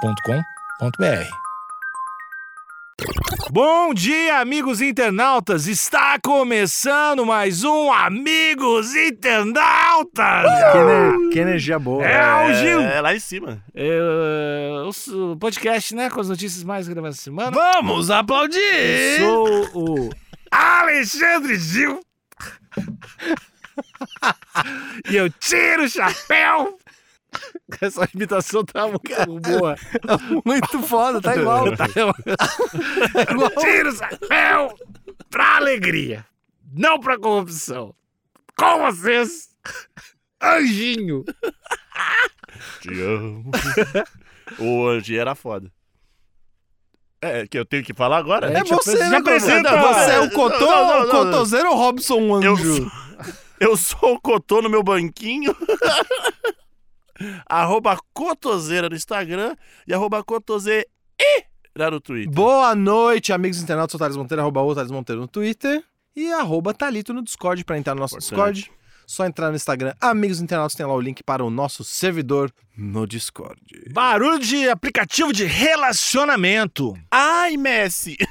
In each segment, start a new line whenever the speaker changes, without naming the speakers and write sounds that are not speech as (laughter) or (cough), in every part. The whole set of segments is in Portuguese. agenciadepodcast.com.br.
Bom dia, amigos internautas! Está começando mais um Amigos Internautas!
Que, ener- que energia boa.
É o Gil!
É, lá em cima.
É, o su- podcast, né? Com as notícias mais relevantes da semana.
Vamos aplaudir!
Sou o.
Alexandre Gil! e eu tiro o chapéu! Essa imitação tá muito boa.
Muito foda,
(laughs)
tá igual.
(laughs) Tira o chapéu pra alegria, não pra corrupção. Com vocês, Anjinho.
Te amo. (laughs) o Angie era foda. É, que eu tenho que falar agora?
É você, né?
Já apresenta-
Cotô? Você é o
Não, não, não,
Cotô,
não.
o Cotoseiro ou Robson
Eu
Anjo?
sou, eu sou o Cotô no meu banquinho. (laughs) arroba Cotoseira no Instagram e arroba Cotoseira no Twitter.
Boa noite, amigos internautas. Sou Thales Monteiro, arroba o Thales Monteiro no Twitter. E arroba Thalito no Discord pra entrar no nosso
Importante.
Discord. Só entrar no Instagram, amigos internautas, tem lá o link para o nosso servidor no Discord.
Barulho de aplicativo de relacionamento.
Ai, Messi! (laughs)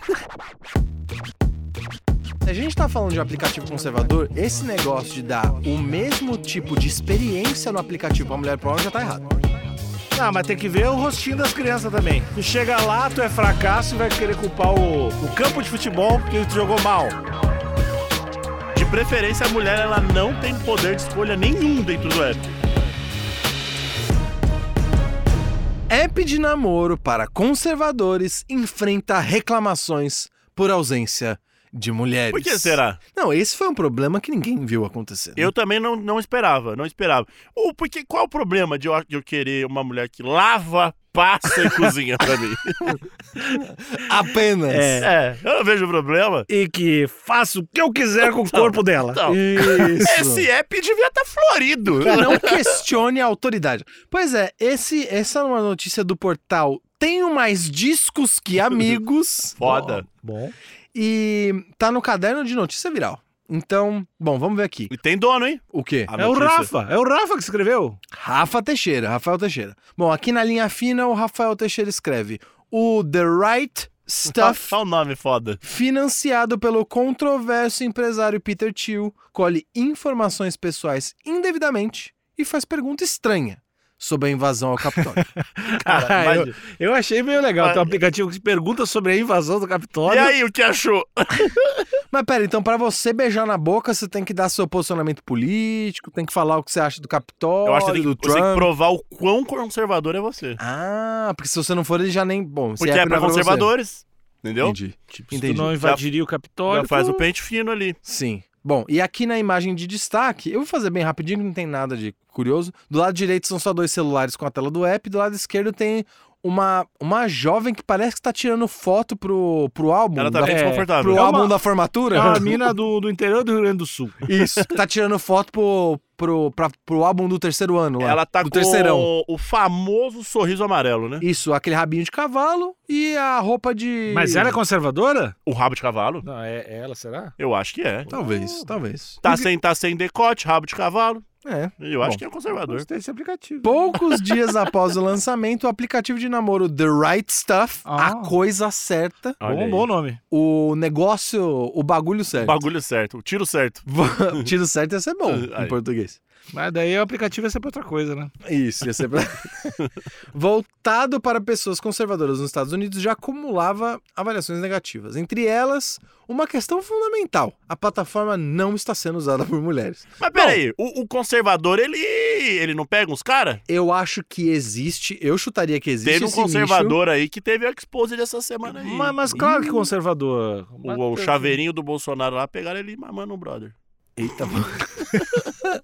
A gente tá falando de aplicativo conservador, esse negócio de dar o mesmo tipo de experiência no aplicativo pra mulher e pro homem já tá errado.
Ah, mas tem que ver o rostinho das crianças também. Tu chega lá, tu é fracasso e vai querer culpar o, o campo de futebol porque tu jogou mal.
De preferência, a mulher ela não tem poder de escolha nenhum dentro do app.
App de namoro para conservadores enfrenta reclamações por ausência de mulheres.
Por que será?
Não, esse foi um problema que ninguém viu acontecer. né?
Eu também não, não esperava, não esperava. Ou porque qual o problema de eu, de eu querer uma mulher que lava, passa e cozinha pra mim?
Apenas.
É, eu não vejo problema.
E que faça o que eu quiser com o corpo dela.
Então,
Isso.
(laughs) (laughs) esse app devia estar florido.
Não questione a autoridade. Pois é, esse, essa é uma notícia do portal Tenho Mais Discos
(laughs)
Que Amigos.
Foda.
Bom.
E tá no caderno de notícia viral. Então, bom, vamos ver aqui.
E tem dono, hein?
O quê?
A
é o
notícia.
Rafa, é o Rafa que escreveu.
Rafa Teixeira, Rafael Teixeira. Bom, aqui na linha fina, o Rafael Teixeira escreve: o The Right
Tá,
Stuff,
só o nome foda.
financiado pelo controverso empresário Peter Thiel, colhe informações pessoais indevidamente e faz pergunta estranha sobre a invasão ao
(laughs)
Capitólio.
Cara,
Ah, eu,
mas-
eu achei meio legal. Tem um
Ah,
aplicativo que pergunta sobre a invasão do Capitólio.
E aí, o que achou?
Mas pera, então pra você beijar na boca, você tem que dar seu posicionamento político, tem que falar o que você acha do Capitólio,
Eu acho que você tem
do
que, você tem que
Trump.
provar o quão conservador é você.
Ah, porque se você não for, ele já nem. Bom,
Porque é pra conservadores. Entendeu?
Entendi. Tipo,
Se
Entendi.
tu não invadiria o Capitólio.
Já faz
tu-
o pente fino ali.
Sim. Bom, e aqui na imagem de destaque, eu vou fazer bem rapidinho, que não tem nada de curioso. Do lado direito são só dois celulares com a tela do app, do lado esquerdo tem uma, uma jovem que parece que está tirando foto pro, pro álbum.
Ela tá
da,
bem
É,
desconfortável. Ah,
pro
É uma-
álbum da formatura?
É uma mina do, do interior do Rio Grande do Sul.
(laughs) Isso. Que tá tirando foto pro, pro, pra- pro álbum do terceiro ano lá.
Ela tá
do
com
terceirão.
o famoso sorriso amarelo, né?
Isso, aquele rabinho de cavalo e a roupa de.
Mas ela é conservadora?
O rabo de cavalo?
Não, é, é ela, será?
Eu acho que é.
Talvez, talvez.
Tá sem, tá sem decote, rabo de cavalo.
É.
Eu
Bom.
acho que é conservador.
Gostei desse aplicativo.
Poucos dias após o lançamento, o aplicativo de namoro The Right Stuff,
Ah.
a coisa certa,
Olha
Bom,
aí.
bom nome.
o negócio, o bagulho certo.
né? Bagulho certo, o tiro certo.
Tiro certo ia ser bom em
(laughs) Aí.
português.
Mas daí o aplicativo ia ser pra outra coisa, né?
Isso, ia ser. pra- Voltado para pessoas conservadoras nos Estados Unidos, já acumulava avaliações negativas. Entre elas, uma questão fundamental: a plataforma não está sendo usada por mulheres.
Mas peraí, o, o conservador, ele ele não pega uns caras?
Eu acho que existe, eu chutaria que existe.
Teve um
esse nicho.
conservador aí que teve a expose dessa semana aí.
Mas, mas claro que conservador.
O, o chaveirinho do Bolsonaro lá pegaram ele mamando um brother.
Eita,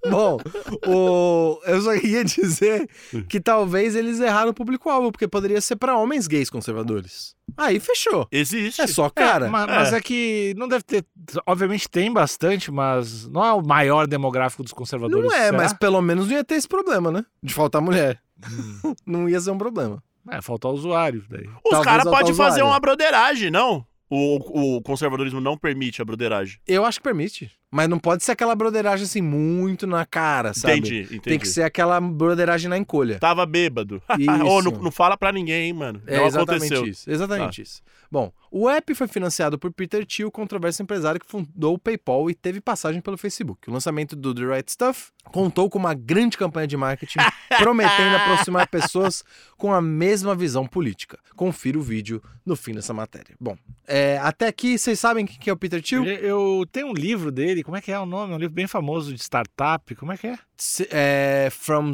Bom, o- eu só ia (laughs) dizer que talvez eles erraram o público-alvo, porque poderia ser pra homens gays conservadores. Aí fechou.
Existe.
É só
Cara,
cara.
mas, mas é que não deve ter. Obviamente tem bastante, mas não é o maior demográfico dos conservadores.
não é,
será?
mas pelo menos não ia ter esse problema, né? De faltar mulher. (laughs) não ia ser um problema.
É, falta o usuário daí.
Os
Talvez
caras podem
autousuário.
fazer uma broderagem, não? O, o conservadorismo não permite a broderagem.
Eu acho que permite. Mas não pode ser aquela broderagem assim, muito na cara, sabe?
Entendi, entendi.
Tem que ser aquela broderagem na
(laughs)
encolha.
Tava bêbado. Ah,
Isso.
Ô, não, não fala pra ninguém, hein, mano.
É
não
exatamente
aconteceu. Ah.
isso. Exatamente isso. Bom, o app foi financiado por Peter Thiel, controverso empresário que fundou o PayPal e teve passagem pelo Facebook. O lançamento do The Right Stuff contou com uma grande campanha
(laughs)
de marketing prometendo aproximar pessoas com a mesma visão política. Confira o vídeo no fim dessa matéria. Bom, é, até aqui vocês sabem quem que é o Peter Thiel?
Eu, eu tenho um livro dele, como é que é o nome? É um livro bem famoso de startup, como é que é?
Se- é, from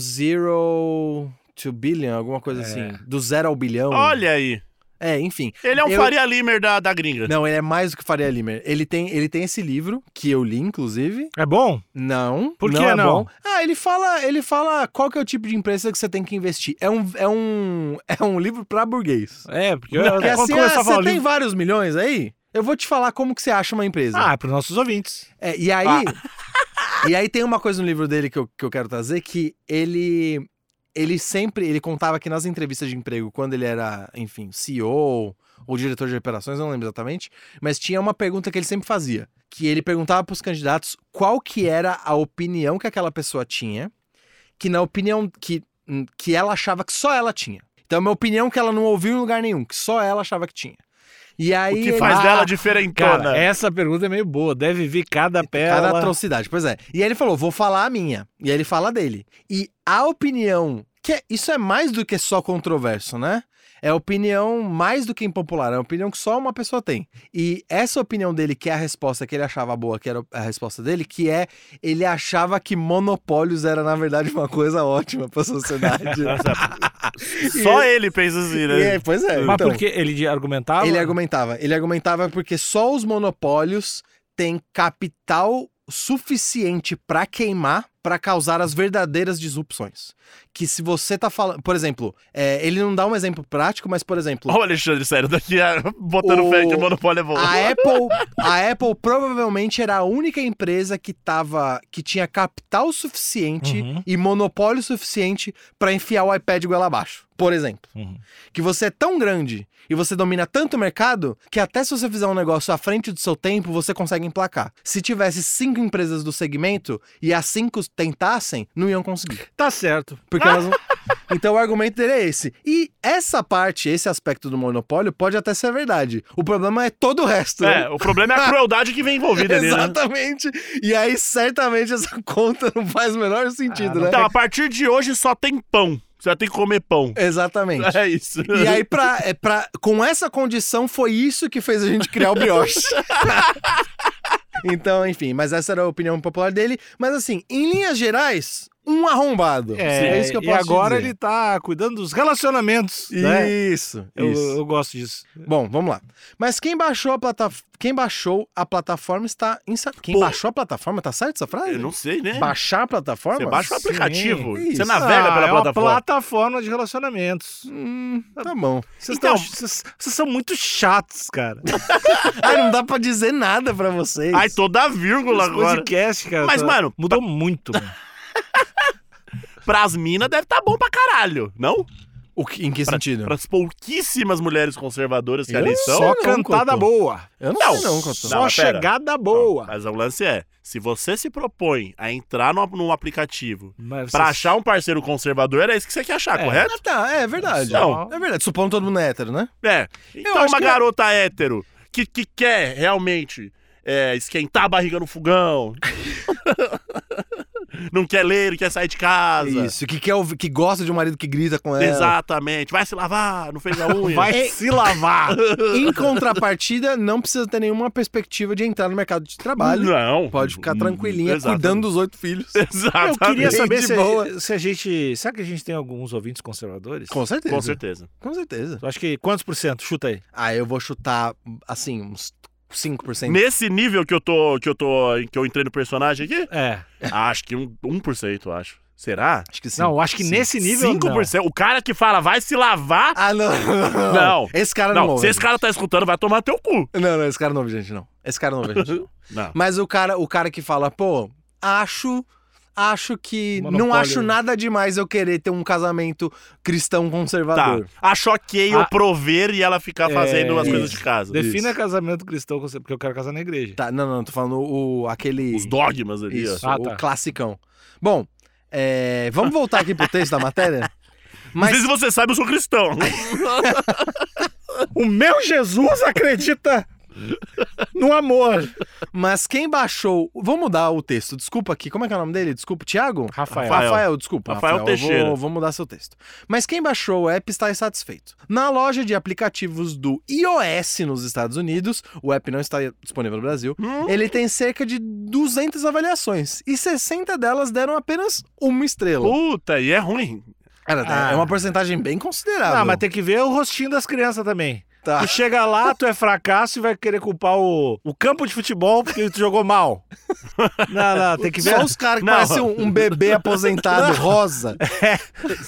Zero to Billion, alguma coisa
É.
assim. Do zero ao bilhão.
Olha aí.
É, enfim.
Ele é um
Eu-
Faria Limer da, da gringa.
Não, ele é mais do que Faria Limer. Ele tem, ele tem esse livro, que eu li, inclusive.
É bom?
Não.
Por que
é
não?
bom. Ah, ele fala, ele fala qual que é o tipo de empresa que você tem que investir. É um, é um, (laughs) é um livro pra burguês.
É, porque eu,
Porque
quando
assim, ah,
começar a falar
você
o
tem
livro...
vários milhões aí? Eu vou te falar como que você acha uma empresa.
Ah, é para nossos ouvintes.
É, e aí.
Ah.
(laughs) e aí tem uma coisa no livro dele que eu, que eu quero trazer que ele. Ele sempre. Ele contava que nas entrevistas de emprego, quando ele era, enfim, CEO ou diretor de operações, eu não lembro exatamente, mas tinha uma pergunta que ele sempre fazia. Que ele perguntava para os candidatos qual que era a opinião que aquela pessoa tinha, que na opinião que, que ela achava que só ela tinha. Então, é uma opinião que ela não ouviu em lugar nenhum, que só ela achava que tinha. E aí.
O que
ele-
faz
Ah,
dela diferentona.
Cara, essa pergunta é meio boa. Deve vir cada pérola.
Cada atrocidade, pois é. E aí ele falou, vou falar a minha. E aí ele fala dele. E a opinião, que é- isso é mais do que só controverso, né? É a opinião mais do que impopular, é a opinião que só uma pessoa tem. E essa opinião dele, que é a resposta que ele achava boa, que era a resposta dele, que é ele achava que monopólios era, na verdade, uma coisa ótima pra sociedade.
Só ele pensa assim,
E
né?
é, pois é.
Mas
então,
porque ele argumentava?
ele argumentava. Ele argumentava porque só os monopólios têm capital suficiente pra queimar pra causar as verdadeiras disrupções. Que se você tá falando, por exemplo, é, ele não dá um exemplo prático, mas por exemplo,
Olha o Alexandre, sério, daqui a... (laughs) botando
O- Ah,
fé que o monopólio é
(laughs)
bom.
a Apple, a Apple provavelmente era a única empresa que tava, que tinha capital suficiente
Uhum.
e monopólio suficiente pra enfiar o iPad goela abaixo, por exemplo.
Uhum.
que você é tão grande e você domina tanto o mercado que até se você fizer um negócio à frente do seu tempo, você consegue emplacar. Se tivesse cinco empresas do segmento e as cinco tentassem, não iam conseguir.
Tá certo.
Porque
(laughs)
elas não... Então o argumento dele é esse. E essa parte, esse aspecto do monopólio pode até ser verdade. O problema é todo o resto. né?
É, o problema é a crueldade que vem envolvida ali, né?
Exatamente. E aí, certamente, essa (laughs) conta não faz o menor sentido,
Ah, não
né?
Então, a partir de hoje só tem pão. Você vai ter que comer pão.
Exatamente.
(laughs) É isso.
E aí, pra, é, pra, com essa condição, foi isso que fez a gente criar o brioche. (laughs) então, enfim, mas essa era a opinião popular dele. Mas assim, em linhas gerais, um arrombado.
É,
isso que eu
e
posso
agora
dizer.
ele tá cuidando dos relacionamentos, né?
Isso,
Eu,
isso.
eu gosto disso.
Bom, vamos lá. Mas quem baixou a plataforma. Quem baixou a plataforma está. Insa... Quem
Pô.
baixou a plataforma, tá certo essa frase?
Eu não sei, né?
Baixar a plataforma?
Você baixa o
Sim.
aplicativo.
Isso.
Você navega
Ah,
Tá pela
é
plataforma.
Uma plataforma de relacionamentos.
Hum, tá bom.
Vocês
Então-
tão- vocês- vocês são muito chatos, cara.
Ai, não dá pra dizer nada pra vocês.
Ai, toda vírgula
Esse
agora.
podcast, cara.
Mas,
tá-
mano,
mudou muito. mano.
Pras minas deve tá bom pra caralho, não?
O que, em que sentido?
Pras pouquíssimas mulheres conservadoras que
Eu
ali
não
são.
Só
não,
cantada
Cotô.
boa.
Eu não,
Não,
sei não, Cotô.
não,
Só
mas pera.
chegada boa.
Mas o lance é, se você se propõe a entrar num, num aplicativo
Mas
pra
vocês-
achar um parceiro conservador, era isso que você quer achar,
É.
correto?
Ah, tá, é verdade.
Não.
É verdade, supondo todo mundo é hétero, né?
É. Então
acho
uma
que-
garota hétero que, que quer realmente é, esquentar a barriga no fogão, (laughs) não quer ler, quer sair de casa.
Isso, que, quer ouvir, que gosta de um marido que grita com ela.
Exatamente. Vai se lavar, não
(laughs)
fez a unha.
Vai se lavar.
Em contrapartida, não precisa ter nenhuma perspectiva de entrar no mercado de trabalho.
Não. Hum,
Pode ficar tranquilinha,
Exatamente.
cuidando dos oito filhos.
(laughs) Exatamente.
Eu queria saber
De
se,
boa.
se a gente. Será que a gente tem alguns ouvintes conservadores?
Com certeza.
Com certeza.
Com certeza.
Eu Acho que quantos por cento? Chuta aí.
Ah, eu vou chutar, assim, uns 5%.
Nesse nível que eu tô. que eu tô. que eu entrei no personagem aqui,
É.
acho que um, 1%, acho. Será?
Acho que sim.
não, acho que
sim.
nesse nível.
5%. O cara que fala vai se lavar.
Ah, não. Não.
Não.
Esse cara não,
não,
ouve.
se esse cara tá escutando, vai tomar teu cu.
Não, não, esse cara
(laughs)
não ouve, gente, não. Esse cara não ouve, gente.
Não.
Mas o cara, o cara que fala, pô, acho. acho que. Não
Monopólio.
acho nada demais eu querer ter um casamento cristão
Tá,
conservador.
achoquei
Ah.
o prover e ela ficar
É,
fazendo as
isso.
coisas de casa.
Defina casamento cristão, com você, porque eu quero casar na igreja.
Tá, não, não, tô falando o, aquele.
Os dogmas ali, ó.
Isso,
Ah,
o
tá.
classicão. Bom, é, vamos voltar aqui pro texto da matéria?
Não sei
Mas
se você sabe, eu sou
(laughs)
cristão.
O meu Jesus acredita no amor.
Mas quem baixou. Vamos mudar o texto. Desculpa aqui. Como é que é o nome dele? Desculpa, Tiago?
Rafael.
desculpa.
Rafael
eu
Teixeira.
Vou, vou mudar seu texto. Mas quem baixou o app está insatisfeito. Na loja de aplicativos do iOS nos Estados Unidos, o app não está disponível no Brasil,
Hum?
ele tem cerca de 200 avaliações e 60 delas deram apenas uma estrela.
Puta, e é ruim. (laughs)
Cara,
Ah.
é uma porcentagem bem considerável.
Não, mas tem que ver o rostinho das crianças também.
Tá.
Tu chega lá, tu é fracasso e vai querer culpar o, o campo de futebol porque tu jogou
(laughs)
mal. Não, não, tem que ver.
Só os caras que
Não.
parecem um, um bebê aposentado rosa.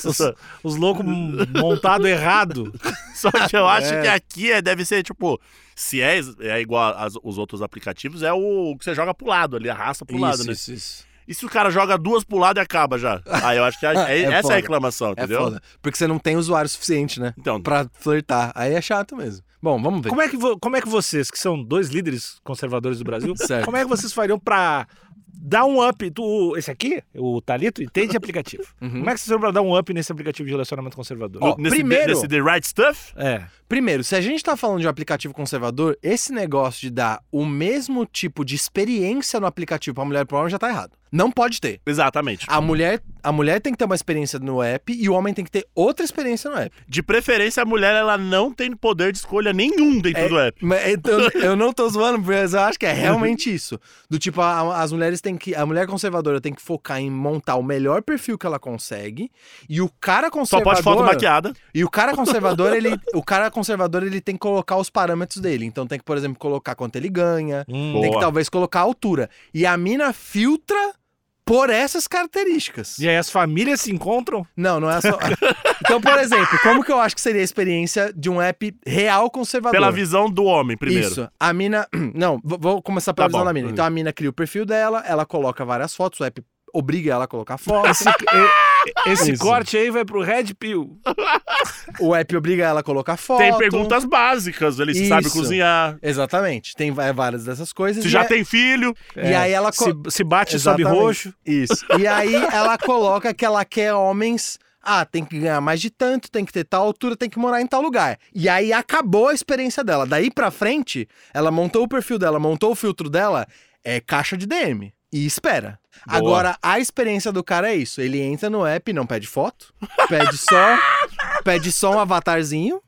Os, os loucos montados errado.
Só que eu acho que aqui é, deve ser, tipo, se é, é igual aos os outros aplicativos, é o que você joga pro lado ali, arrasta pro lado, né?
(laughs) isso, isso.
E se o cara joga duas pro lado e acaba já? Aí eu acho que é- é-
(laughs) É
essa é
foda.
a reclamação,
É
entendeu?
foda. Porque você não tem usuário suficiente, né?
Então,
Pra flertar. Aí é chato mesmo. Bom, vamos ver.
Como é, que vo- como é que vocês, que são dois líderes conservadores do Brasil, (laughs)
Certo.
como é que vocês fariam pra dar um up? Tu, esse aqui, o Talito, entende aplicativo. (laughs)
Uhum.
Como é que vocês fariam pra dar um up nesse aplicativo de relacionamento conservador?
Ó,
nesse,
primeiro-
nesse The Right Stuff,
É.
Primeiro, se a gente tá falando de um aplicativo conservador, esse negócio de dar o mesmo tipo de experiência no aplicativo pra mulher e pro homem já tá errado. Não pode ter.
exatamente.
A mulher, a mulher tem que ter uma experiência no app e o homem tem que ter outra experiência no app.
De preferência, a mulher ela não tem poder de escolha nenhum dentro do app. (laughs)
Mas então, eu não tô zoando, mas eu acho que é realmente isso. Do tipo, a- as mulheres têm que. A mulher conservadora tem que focar em montar o melhor perfil que ela consegue. E o cara
Só
conservador.
pode foto maquiada.
E o cara conservador, ele, o cara conservador, ele tem que colocar os parâmetros dele. Então tem que, por exemplo, colocar quanto ele ganha,
Hum.
tem que
Boa.
talvez colocar a altura. E a mina filtra por essas características.
E aí as famílias se encontram?
Não, não
(laughs)
é só. então, por exemplo, como que eu acho que seria a experiência de um app real conservador?
Pela visão do homem, primeiro.
Isso. A mina. (clears throat) Não, vou- vou começar pela
Tá
visão
bom.
da mina. Então a mina cria o perfil dela, ela coloca várias fotos, o app obriga ela a
(laughs)
colocar fotos.
Esse, e- esse
Isso.
corte aí vai pro Red Pill.
o app obriga ela a colocar fotos.
Tem perguntas básicas, ele
Isso.
sabe cozinhar,
Exatamente, tem va- várias dessas coisas.
se
e
já
é-
tem filho.
E aí ela co-
se, se bate, sobe
Exatamente.
roxo.
Isso. E aí ela coloca que ela quer homens. Ah, tem que ganhar mais de tanto, tem que ter tal altura, tem que morar em tal lugar. E aí acabou a experiência dela. Daí pra frente, ela montou o perfil dela, montou o filtro dela, é caixa de DM. E espera.
Boa.
Agora, a experiência do cara é isso. Ele entra no app, não pede foto, pede só, pede só um avatarzinho,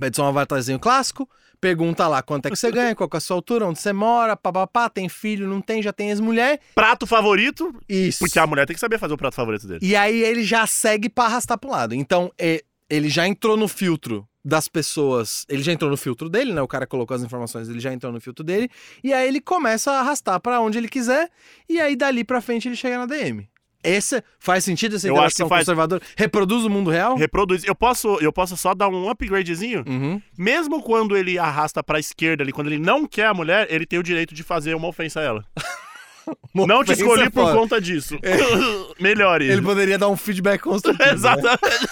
pede só um avatarzinho clássico, pergunta lá quanto é que você ganha, qual que é a sua altura, onde você mora, papapá, tem filho, não tem, já tem ex-mulher.
Prato favorito,
Isso.
porque a mulher tem que saber fazer o prato favorito dele.
E aí ele já segue pra arrastar pro lado. Então, é, ele já entrou no filtro das pessoas. Ele já entrou no filtro dele, né? O cara colocou as informações, ele já entrou no filtro dele. E aí ele começa a arrastar pra onde ele quiser. E aí dali pra frente ele chega na DM. Esse faz sentido essa
Eu acho
interação
que faz.
conservadora? Reproduz o mundo real?
Reproduz. Eu posso, eu posso só dar um upgradezinho?
Uhum.
Mesmo quando ele arrasta pra esquerda ali, quando ele não quer a mulher, ele tem o direito de fazer uma ofensa a ela. não te
Pensa
escolhi por
fora.
conta disso. (laughs) Melhore.
É. Ele poderia dar um
(laughs)
feedback construtivo. né? (laughs)
Exatamente.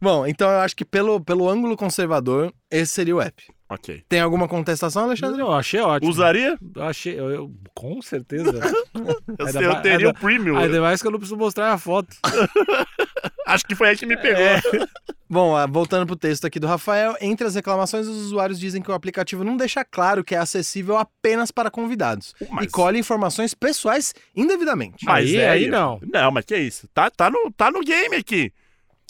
Bom, então eu acho que pelo, pelo ângulo conservador, esse seria o app.
ok.
Tem alguma contestação, Alexandre?
Eu achei ótimo.
Usaria?
Eu achei, eu, eu- com (laughs) certeza.
Eu,
Ainda
sei, Assim, eu
ma-
teria
ainda-
o premium.
Ainda mais que eu não preciso mostrar a foto.
Acho que foi aí que me pegou.
Bom, ah, voltando pro texto aqui do Rafael, entre as reclamações, os usuários dizem que o aplicativo não deixa claro que é acessível apenas para convidados
Mas-
e colhe informações pessoais indevidamente.
Mas
aí,
é
aí
eu.
não.
Não, mas que isso? Tá, tá, no, tá no game aqui.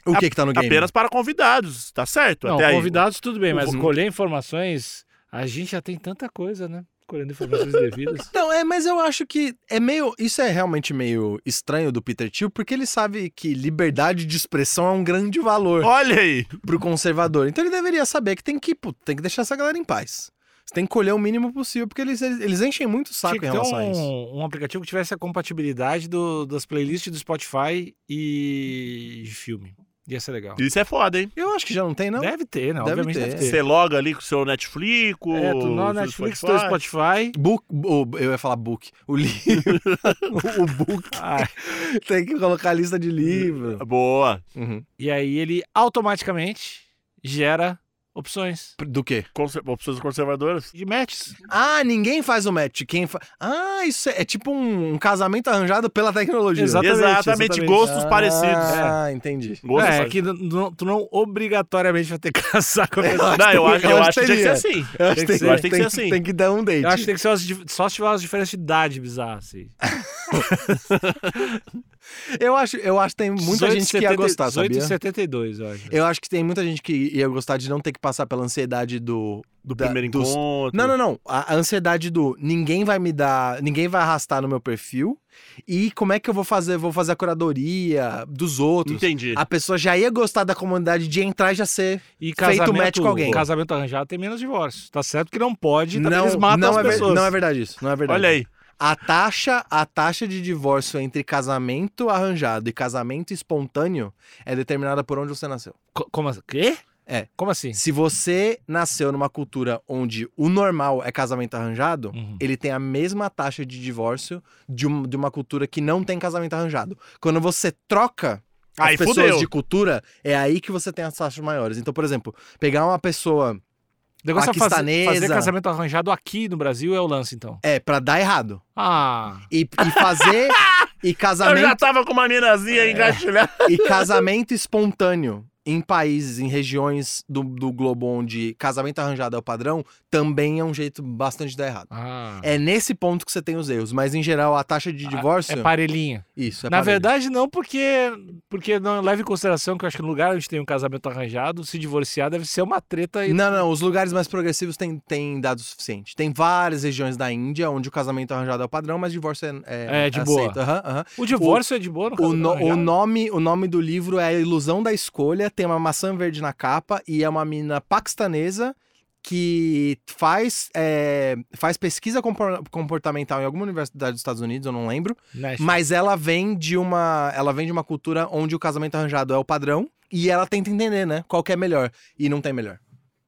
o que que tá no game?
Apenas para convidados, tá certo?
Não,
Até aí.
convidados tudo bem, mas
Uhum.
colher informações, a gente já tem tanta coisa, né? Colhendo
(laughs)
informações devidas.
Então, é, mas eu acho que é meio. Isso é realmente meio estranho do Peter Thiel, porque ele sabe que liberdade de expressão é um grande valor
Olha aí.
pro conservador. Então ele deveria saber que tem que, pô, tem que deixar essa galera em paz. Você tem que colher o mínimo possível, porque eles, eles enchem muito o saco
Tinha que
em
ter
relação a isso.
um, um aplicativo que tivesse a compatibilidade do- das playlists do Spotify e de filme. Ia ser legal.
Isso é foda, hein?
Eu acho que já não tem, não.
Deve ter, não.
Deve
Obviamente
ter. é
deve ter.
Você loga ali com o seu Netflix, com
É, tu
o
no
seu
Netflix,
Spotify.
teu Spotify.
Book, o- eu ia falar book. O livro. o book.
Ah,
(laughs) Tem que colocar a lista de livro.
Boa.
Uhum.
e aí ele automaticamente gera opções
Do quê?
Conser- Opções conservadoras.
de matches.
Ah, ninguém faz o match. Quem fa... Ah, isso é, é tipo um, um casamento arranjado pela tecnologia.
Exato. Exatamente, exatamente.
Gostos parecidos.
Ah, entendi.
Gostos
é,
parecidos.
que n- n- tu não obrigatoriamente vai ter que (laughs) casar com a
(laughs)
pessoa.
Não, eu acho, eu
eu
acho que tinha que ser
teria.
assim.
Eu acho
que
ser- eu acho que tem que ser assim.
Tem que dar um date.
Eu acho que tem que ser umas dif- só se tiver umas diferenças de idade bizarras, assim.
Eu acho, eu acho que tem É muita
18,
gente que ia
70
gostar,
18 e
sabia?
72, eu acho.
Eu acho que tem muita gente que ia gostar de não ter que passar pela ansiedade do...
Do
da-
primeiro
dos-
encontro.
Não, não, não. A a ansiedade do ninguém vai me dar, ninguém vai arrastar no meu perfil. E como é que eu vou fazer? Vou fazer a curadoria dos Ah, outros.
Entendi.
A pessoa já ia gostar da comunidade de entrar e já ser.
E
Feito
casamento,
match com alguém.
casamento arranjado tem menos divórcio. Tá certo que não pode, também
Não,
eles matam
não,
as
é ver-
pessoas.
não é verdade isso. Não é verdade.
Olha aí.
A taxa, a taxa de divórcio entre casamento arranjado e casamento espontâneo é determinada por onde você nasceu.
Co- Como assim? Quê?
É.
Como assim?
Se você nasceu numa cultura onde o normal é casamento arranjado,
Uhum.
ele tem a mesma taxa de divórcio de, um- de uma cultura que não tem casamento arranjado. Quando você troca as
Aí
pessoas
fudeu.
de cultura, é aí que você tem as taxas maiores. Então, por exemplo, pegar uma pessoa
O negócio é fazer,
Paquistanesa.
fazer casamento arranjado aqui no Brasil é o lance, então.
é pra dar errado
Ah.
e, e
(laughs)
fazer e
Eu já
casamento
tava com uma minazinha engatilhada.
e casamento espontâneo em países, em regiões do, do globo onde casamento arranjado é o padrão, também é um jeito bastante de dar errado.
ah.
É nesse ponto que você tem os erros, mas em geral a taxa
Ah,
de divórcio.
É parelhinha.
Isso, é
Na
parelho.
verdade, não, porque porque não leva em consideração que eu acho que no lugar onde tem um casamento arranjado, se divorciar deve ser uma treta. E...
Não, não, os lugares mais progressivos têm, têm dados suficientes. Tem várias regiões da Índia onde o casamento arranjado é o padrão, mas divórcio é.
É, de
aceito.
boa. (laughs)
Aham, aham.
O divórcio é de boa no
O,
casamento
no- o
arranjado?
nome, o nome do livro é A Ilusão da Escolha, tem uma maçã verde na capa e é uma menina paquistanesa que faz, é, faz pesquisa compor- comportamental em alguma universidade dos Estados Unidos, eu não lembro.
Nice.
Mas ela vem de uma, ela vem de uma cultura onde o casamento arranjado é o padrão e ela tenta entender, né, qual que é melhor e não tem melhor.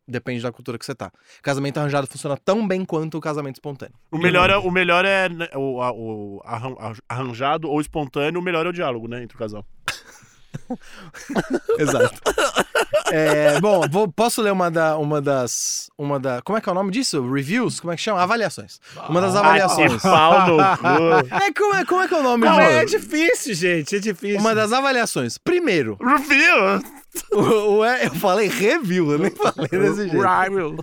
Depende da cultura que você tá. Casamento arranjado funciona tão bem quanto o casamento espontâneo.
O melhor é, o melhor é né, o, a- o arran- arranjado ou espontâneo, o melhor é o diálogo, né? Entre
(laughs)
o casal.
Exato. É, bom, vou- posso ler uma, da- uma das, uma da, como é que é o nome disso? Reviews? Como é que chama? Avaliações. Uma das avaliações.
Ah, pau no cu.
É como é, como é que é o nome?
Não,
mano?
é difícil, gente. É difícil.
Uma das avaliações. Primeiro, (laughs)
Rufio!
o- o- eu falei review, eu nem falei desse jeito.
Rival.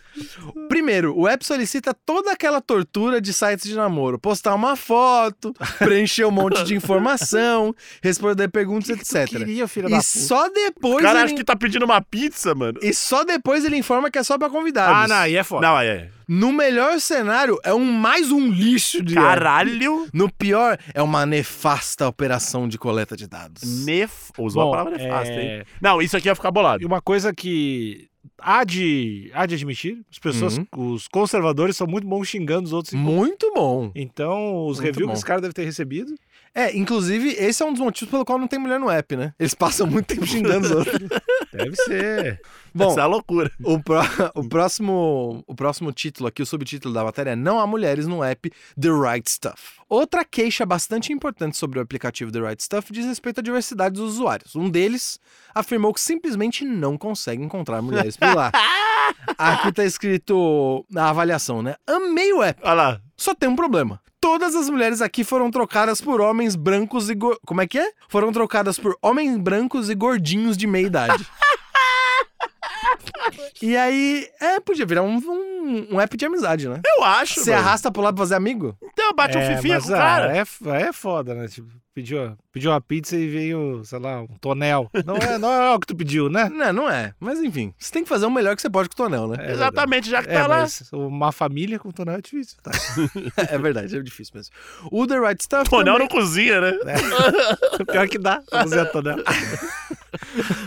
Primeiro, o app solicita toda aquela tortura de sites de namoro. Postar uma foto, preencher um monte
(laughs)
de informação, responder perguntas, etc.
Queria, filha da
E
puta.
só
O
depois
é.
cara
ele...
acha que tá pedindo uma pizza, mano.
E só depois ele informa que é só pra convidados.
Ah, não, aí é foda.
Não, é.
No melhor cenário, é um mais um lixo de app.
Caralho!
No pior, é uma nefasta operação de coleta de dados.
Nef... Usou
Bom,
a palavra nefasta, hein?
é...
Não, isso aqui ia ficar
E
bolado.
uma coisa que há de, há de admitir, as pessoas,
Uhum.
os conservadores são muito bons xingando os outros.
Muito bom.
Então, os
Muito
reviews
bom.
que esse cara deve ter recebido.
É, inclusive, esse é um dos motivos pelo qual não tem mulher no app, né? Eles passam muito tempo
(laughs)
xingando os outros.
(laughs) Deve ser.
(laughs)
Bom,
Essa é a loucura.
O, pró- (laughs) o próximo, o próximo título aqui, o subtítulo da matéria é Não há mulheres no app The Right Stuff. Outra queixa bastante importante sobre o aplicativo The Right Stuff diz respeito à diversidade dos usuários. Um deles afirmou que simplesmente não consegue encontrar mulheres por lá. Aqui tá escrito na avaliação, né? Amei o app,
Olha lá.
só tem um problema. Todas as mulheres aqui foram trocadas por homens brancos e... go- Como é que é? Foram trocadas por homens brancos e gordinhos de meia idade. E aí, é, podia virar um, um, um app de amizade, né?
Eu acho,
Você
mano.
arrasta pro lado pra fazer (laughs) amigo?
Então, bate um fifinha com o cara.
É, f- é foda, né? Tipo, pediu, pediu uma pizza e veio, sei lá, um tonel. Não é, não é o que tu pediu, né?
Não, não é. Mas enfim, você tem que fazer o melhor que você pode com o tonel, né?
É
Exatamente, já que
É,
(laughs) tá lá.
mas uma família com tonel é difícil. Tá?
É verdade, é difícil mesmo. O The Right Stuff.
Tonel não cozinha, né?
(laughs) Pior que dá, fazer a tonel.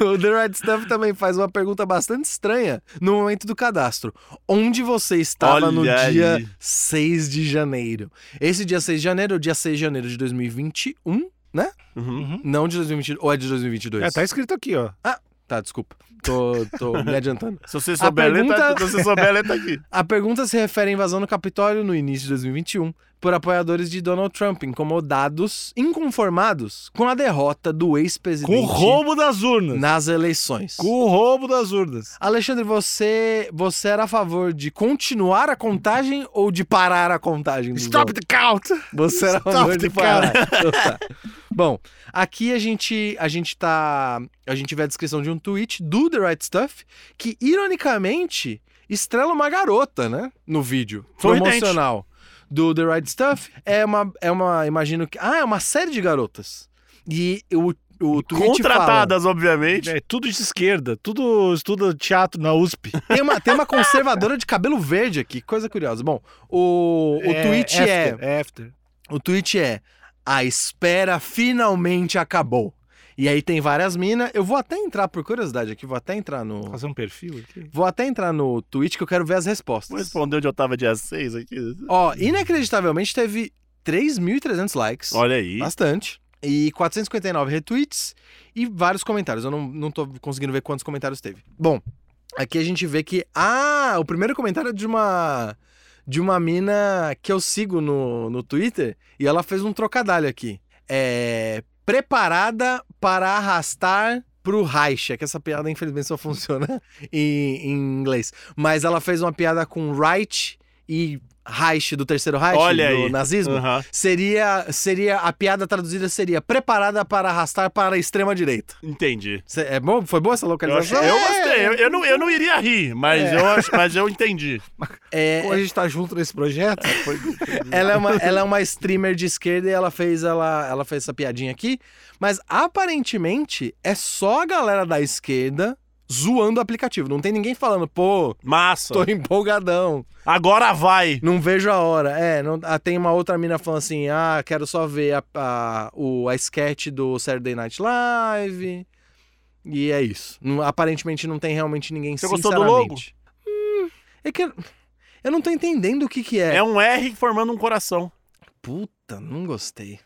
O The Right Stuff também faz uma pergunta bastante estranha no momento do cadastro. Onde você estava no
Olha
dia
aí.
6 de janeiro? Esse dia 6 de janeiro é o dia 6 de janeiro de 2021. Né?
Uhum.
Não de 2022. Ou é de 2022?
É, tá escrito aqui, ó.
Tá, desculpa. Tô, tô me adiantando.
Se você souber a letra,
pergunta-
se você souber a letra
(laughs)
aqui.
A pergunta se refere à invasão no Capitólio no início de 2021 por apoiadores de Donald Trump, incomodados, inconformados com a derrota do ex-presidente
Com o roubo das urnas.
nas eleições.
Com o roubo das urnas.
Alexandre, você, você era a favor de continuar a contagem ou de parar a contagem? dos votos?
the count!
Você era
Stop
favor de
the count.
parar. Então tá. Bom, aqui a gente a gente tá a gente vê a descrição de um tweet do The Right Stuff que ironicamente estrela uma garota, né, no vídeo
Sorridente.
promocional do The Right Stuff é uma é uma imagino que ah, é uma série de garotas. E o o tweet fala,
Contratadas, obviamente.
É, tudo de esquerda, tudo estuda teatro na USP.
tem uma tem uma conservadora de cabelo verde aqui, coisa curiosa. Bom, o o tweet é
after, é after.
O tweet é: A espera finalmente acabou. E aí tem várias minas. Eu vou até entrar, por curiosidade aqui, vou até entrar no.
Fazer um perfil aqui.
Vou até entrar no tweet que eu quero ver as
Vou
respostas.
responder onde eu tava dia 6 aqui.
Ó, inacreditavelmente teve 3.300 likes.
Olha aí.
Bastante. E 459 retweets e vários comentários. Eu não, não tô conseguindo ver quantos comentários teve. Bom, aqui a gente vê que. Ah, o primeiro comentário é de uma. De uma mina que eu sigo no, no Twitter e ela fez um trocadilho aqui. É. Preparada para arrastar pro Reich. É que essa piada, infelizmente, só funciona (laughs) em, em inglês. Mas ela fez uma piada com Reich e Reich do terceiro Reich,
Olha
do
aí.
nazismo.
Aham.
Seria, seria a piada traduzida seria preparada para arrastar para a extrema direita.
Entendi.
Cê- é bom? Foi boa essa
Eu, achei-
localização?
eu gostei. Eu, eu não, eu não iria rir, mas, eu, acho- mas eu entendi.
É,
Como a gente tá junto nesse projeto,
Foi- foi-
ela é uma ela é uma streamer de esquerda e ela fez ela, ela fez essa piadinha aqui, mas aparentemente é só a galera da esquerda zoando o aplicativo. Não tem ninguém falando, pô,
Massa.
tô empolgadão,
Agora vai.
não vejo a hora. É, não- ah, tem uma outra mina falando assim, ah, quero só ver a, a, o, a sketch do Saturday Night Live. E é isso. Não- aparentemente não tem realmente ninguém
Você gostou do
sinceramente. Hum, é que eu- eu não tô entendendo o que que é.
É um R formando um coração.
Puta, não gostei.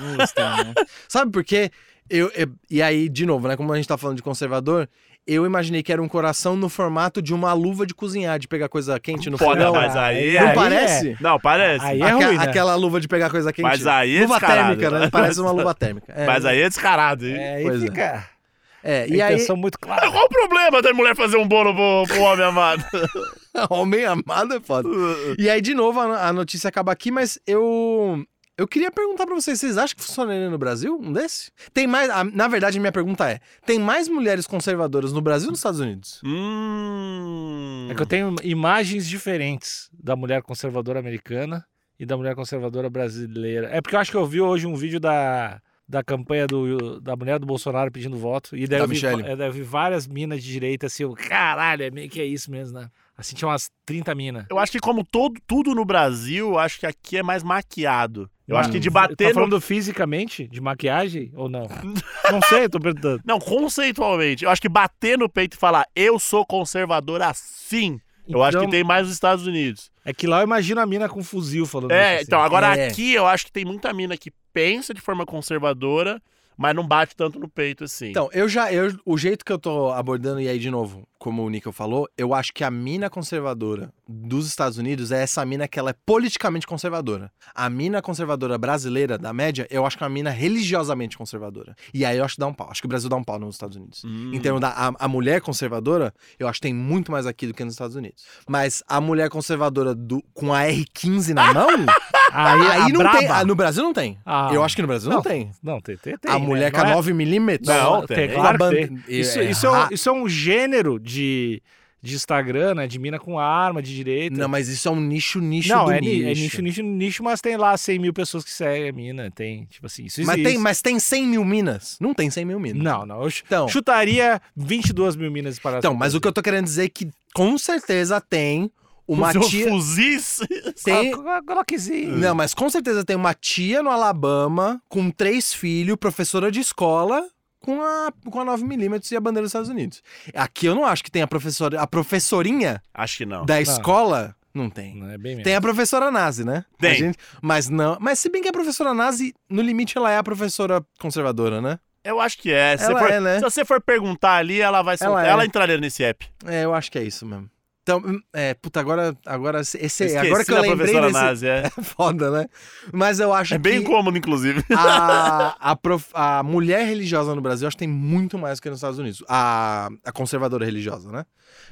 Não gostei, não. Sabe por quê? Eu, eu- e aí, de novo, né? Como a gente tá falando de conservador, eu imaginei que era um coração no formato de uma luva de cozinhar, de pegar coisa quente no
Foda,
fogão.
mas aí.
Não
aí-
parece?
Não, parece.
Aí é
Aque-
ruim, né?
Aquela luva de pegar coisa quente.
Mas aí é
Luva
descarado.
térmica, né? Parece uma luva térmica. É,
Mas aí é descarado. hein?
é, aí
Pois é.
fica
É,
e
e aí,
intenção muito
(laughs)
clara.
Qual o problema da mulher fazer um bolo pro, pro homem amado?
(laughs) homem amado é foda. E aí, de novo, a, no- a notícia acaba aqui, mas eu. Eu queria perguntar pra vocês, vocês acham que funcionaria no Brasil um desse? Tem mais. a- na verdade, a minha pergunta é: tem mais mulheres conservadoras no Brasil ou nos Estados Unidos?
hum.
É que eu tenho imagens diferentes da mulher conservadora americana e da mulher conservadora brasileira. É porque eu acho que eu vi hoje um vídeo da, da campanha do, da mulher do Bolsonaro pedindo voto. E daí,
Da
eu vi,
Michele.
é, daí eu vi várias minas de direita, assim, eu, caralho, é meio que é isso mesmo, né? Assim, tinha umas 30 minas.
Eu acho que como todo, tudo no Brasil, eu acho que aqui é mais maquiado. Eu acho que de bater
Tá
no...
falando fisicamente? De maquiagem ou
(laughs)
não? não sei, eu tô perguntando.
Não, conceitualmente. Eu acho que bater no peito e falar, eu sou conservador assim, eu acho que
Então,
tem mais nos Estados Unidos.
É que lá eu imagino a mina com um fuzil falando isso.
É,
assim.
então, agora
É.
aqui eu acho que tem muita mina que pensa de forma conservadora, mas não bate tanto no peito assim.
Então, eu já. Eu, o jeito que eu tô abordando, e aí, de novo, como o Nickel falou, eu acho que a mina conservadora dos Estados Unidos é essa mina que ela é politicamente conservadora. A mina conservadora brasileira, da média, eu acho que é uma mina religiosamente conservadora. E aí eu acho que dá um pau. Acho que o Brasil dá um pau nos Estados Unidos.
Hum.
Em termos da a, a mulher conservadora, eu acho que tem muito mais aqui do que nos Estados Unidos. Mas a mulher conservadora do- com a R15 na mão,
(laughs) Aí, é
aí
a
não
braba.
tem. ah, no Brasil não tem.
Ah.
eu acho que no Brasil não, tem.
Não, tem, tem, tem,
A
né?
mulher
Não
com
é-
a 9mm.
Não, tem.
É
tem,
Com
claro que tem. É Isso,
Isso,
isso, é um, isso é um gênero de, de Instagram, né? De mina com arma, de direita.
Não, mas isso é um nicho, nicho
Não,
do
é, ni-
nicho.
é nicho, nicho, nicho, mas tem lá 100 mil pessoas que seguem a mina. Tem, tipo assim, isso
Mas
existe.
tem, mas tem 100 mil minas? Não tem 100 mil minas.
Não, não. Eu chu-
Então,
chutaria 22 mil minas para
então, mas o que eu tô querendo dizer é que com certeza tem uma
Os seus
tia...
fuzis. (laughs)
Tem,
Ah, Glockzinho.
Não, mas com certeza tem uma tia no Alabama com três filhos, professora de escola, com a, com a 9mm e a bandeira dos Estados Unidos. Aqui eu não acho que tem a professora, a professorinha
Acho que não.
da
não.
escola Não tem.
Não é bem mesmo.
Tem a professora Nazi, né?
Tem.
A gente- mas não. Mas se bem que a professora Nazi, no limite, ela é a professora conservadora, né?
Eu acho que é. Se,
Ela
você for,
é, né?
se você for perguntar ali, ela vai soltar.
Ela
Ela,
é.
entraria nesse app.
É, eu acho que é isso mesmo. Então, hum, é, puta, agora, agora, esse, esse-
Esqueci
agora que eu
da
lembrei
professora
desse,
Nazi,
(laughs)
é.
é foda, né? Mas eu acho
É bem
que
incômodo, inclusive.
a, a, prof- a mulher religiosa no Brasil, acho que tem muito mais do que nos Estados Unidos. A, a conservadora religiosa, né?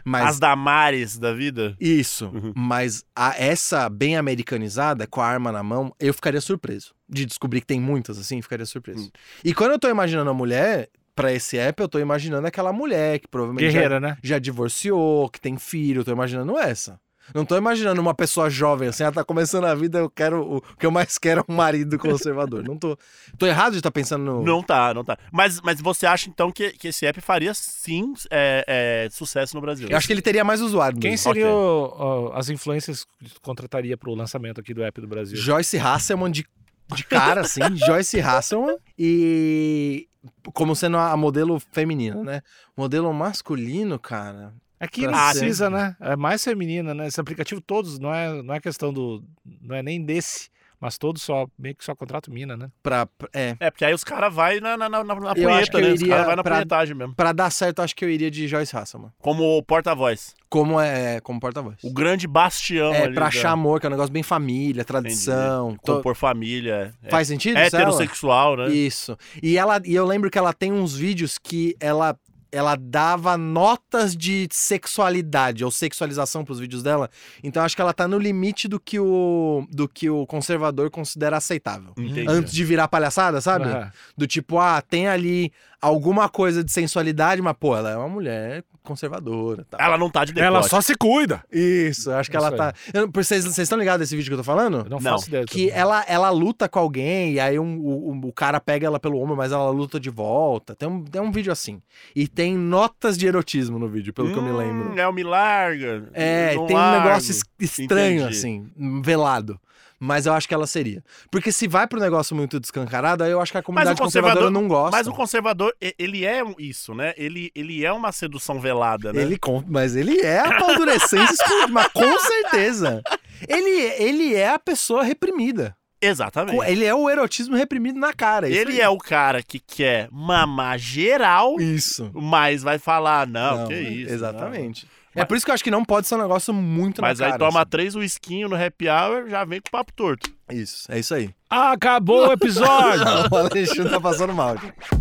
Mas
As Damares da vida.
Isso.
Uhum.
Mas a- essa bem americanizada, com a arma na mão, eu ficaria surpreso. De descobrir que tem muitas, assim, ficaria surpreso.
Hum.
E quando eu tô imaginando a mulher, pra esse app, eu tô imaginando aquela mulher que provavelmente já,
Guerreira, né?
já divorciou, que tem filho, eu tô imaginando essa. Não tô imaginando uma pessoa jovem assim, ela tá começando a vida, eu quero. O, o que eu mais quero é um marido conservador. Não tô. Tô errado de estar pensando no.
Não tá, não tá. Mas, mas você acha, então, que, que esse app faria, sim, é, é, sucesso no Brasil?
Eu acho que ele teria mais usuário.
Quem
mesmo.
seria o- o- as influências que tu contrataria pro lançamento aqui do app do Brasil?
Joyce Hasselman de, de
(laughs)
cara, assim. Joyce Hasselman e. Como sendo a a modelo feminina, né? Modelo masculino, cara.
Aqui É não
pra ser.
precisa, né? É mais feminina, né? Esse aplicativo todos, não é, não é questão do. Não é nem desse, mas todos só, meio que só contrato mina, né?
Pra, pra- é,
É, porque aí os caras vão na, na, na, na punheta,
Eu acho que eu
né? Os
iria
caras vão na
pra-
punhetagem mesmo.
pra dar certo, acho que eu iria de Joyce Hasselman.
Como o porta-voz.
Como é como porta-voz.
O grande bastião
É,
ali.
pra
da-
achar amor, que é um negócio bem família, tradição. to-
Compor família. É,
Faz sentido? isso, ela?
heterossexual, né?
Isso. E, ela, e eu lembro que ela tem uns vídeos que ela, ela dava notas de sexualidade ou sexualização pros vídeos dela. Então acho que ela tá no limite do que o, do que o conservador considera aceitável.
Entendi.
Antes de virar palhaçada, sabe?
Aham.
Do tipo, ah, tem ali alguma coisa de sensualidade, mas pô, ela é uma mulher conservadora. Tá.
Ela não tá de decote.
Ela só se cuida.
Isso, acho que
Ah, Isso
ela tá. Eu não- Vocês vocês estão ligados nesse vídeo que eu tô falando?
Eu não,
Não,
faço ideia.
Que
também.
ela, ela luta com alguém, e aí um- o, o- o cara pega ela pelo ombro, mas ela luta de volta. Tem um, tem um vídeo assim. E tem notas de erotismo no vídeo, pelo que eu me
Hum,
lembro.
É o me larga.
É,
não
tem um
largo.
negócio es- estranho,
Entendi.
assim, velado. Mas eu acho que ela seria. Porque se vai pro negócio muito descancarado, aí eu acho que a comunidade
conservador-
conservadora não gosta.
Mas o conservador, e- ele é um- isso, né? Ele, ele é uma sedução velada, né?
Ele com... Mas ele é a paldurecência escondida, mas
(laughs)
com certeza. Ele, ele é a pessoa reprimida.
Exatamente.
Co- Ele é o erotismo reprimido na cara. isso
Ele
aí.
é o cara que quer mamar geral,
Isso.
mas vai falar, não,
Não, é,
que isso.
Exatamente. É
Mas-
por isso que eu acho que não pode ser um negócio muito
não. Mas
na
aí
cara.
toma três whiskinho no happy hour, já vem com o papo torto.
assim. Isso, é isso aí. (laughs)
Acabou o episódio!
o Alexandre tá passando mal. gente.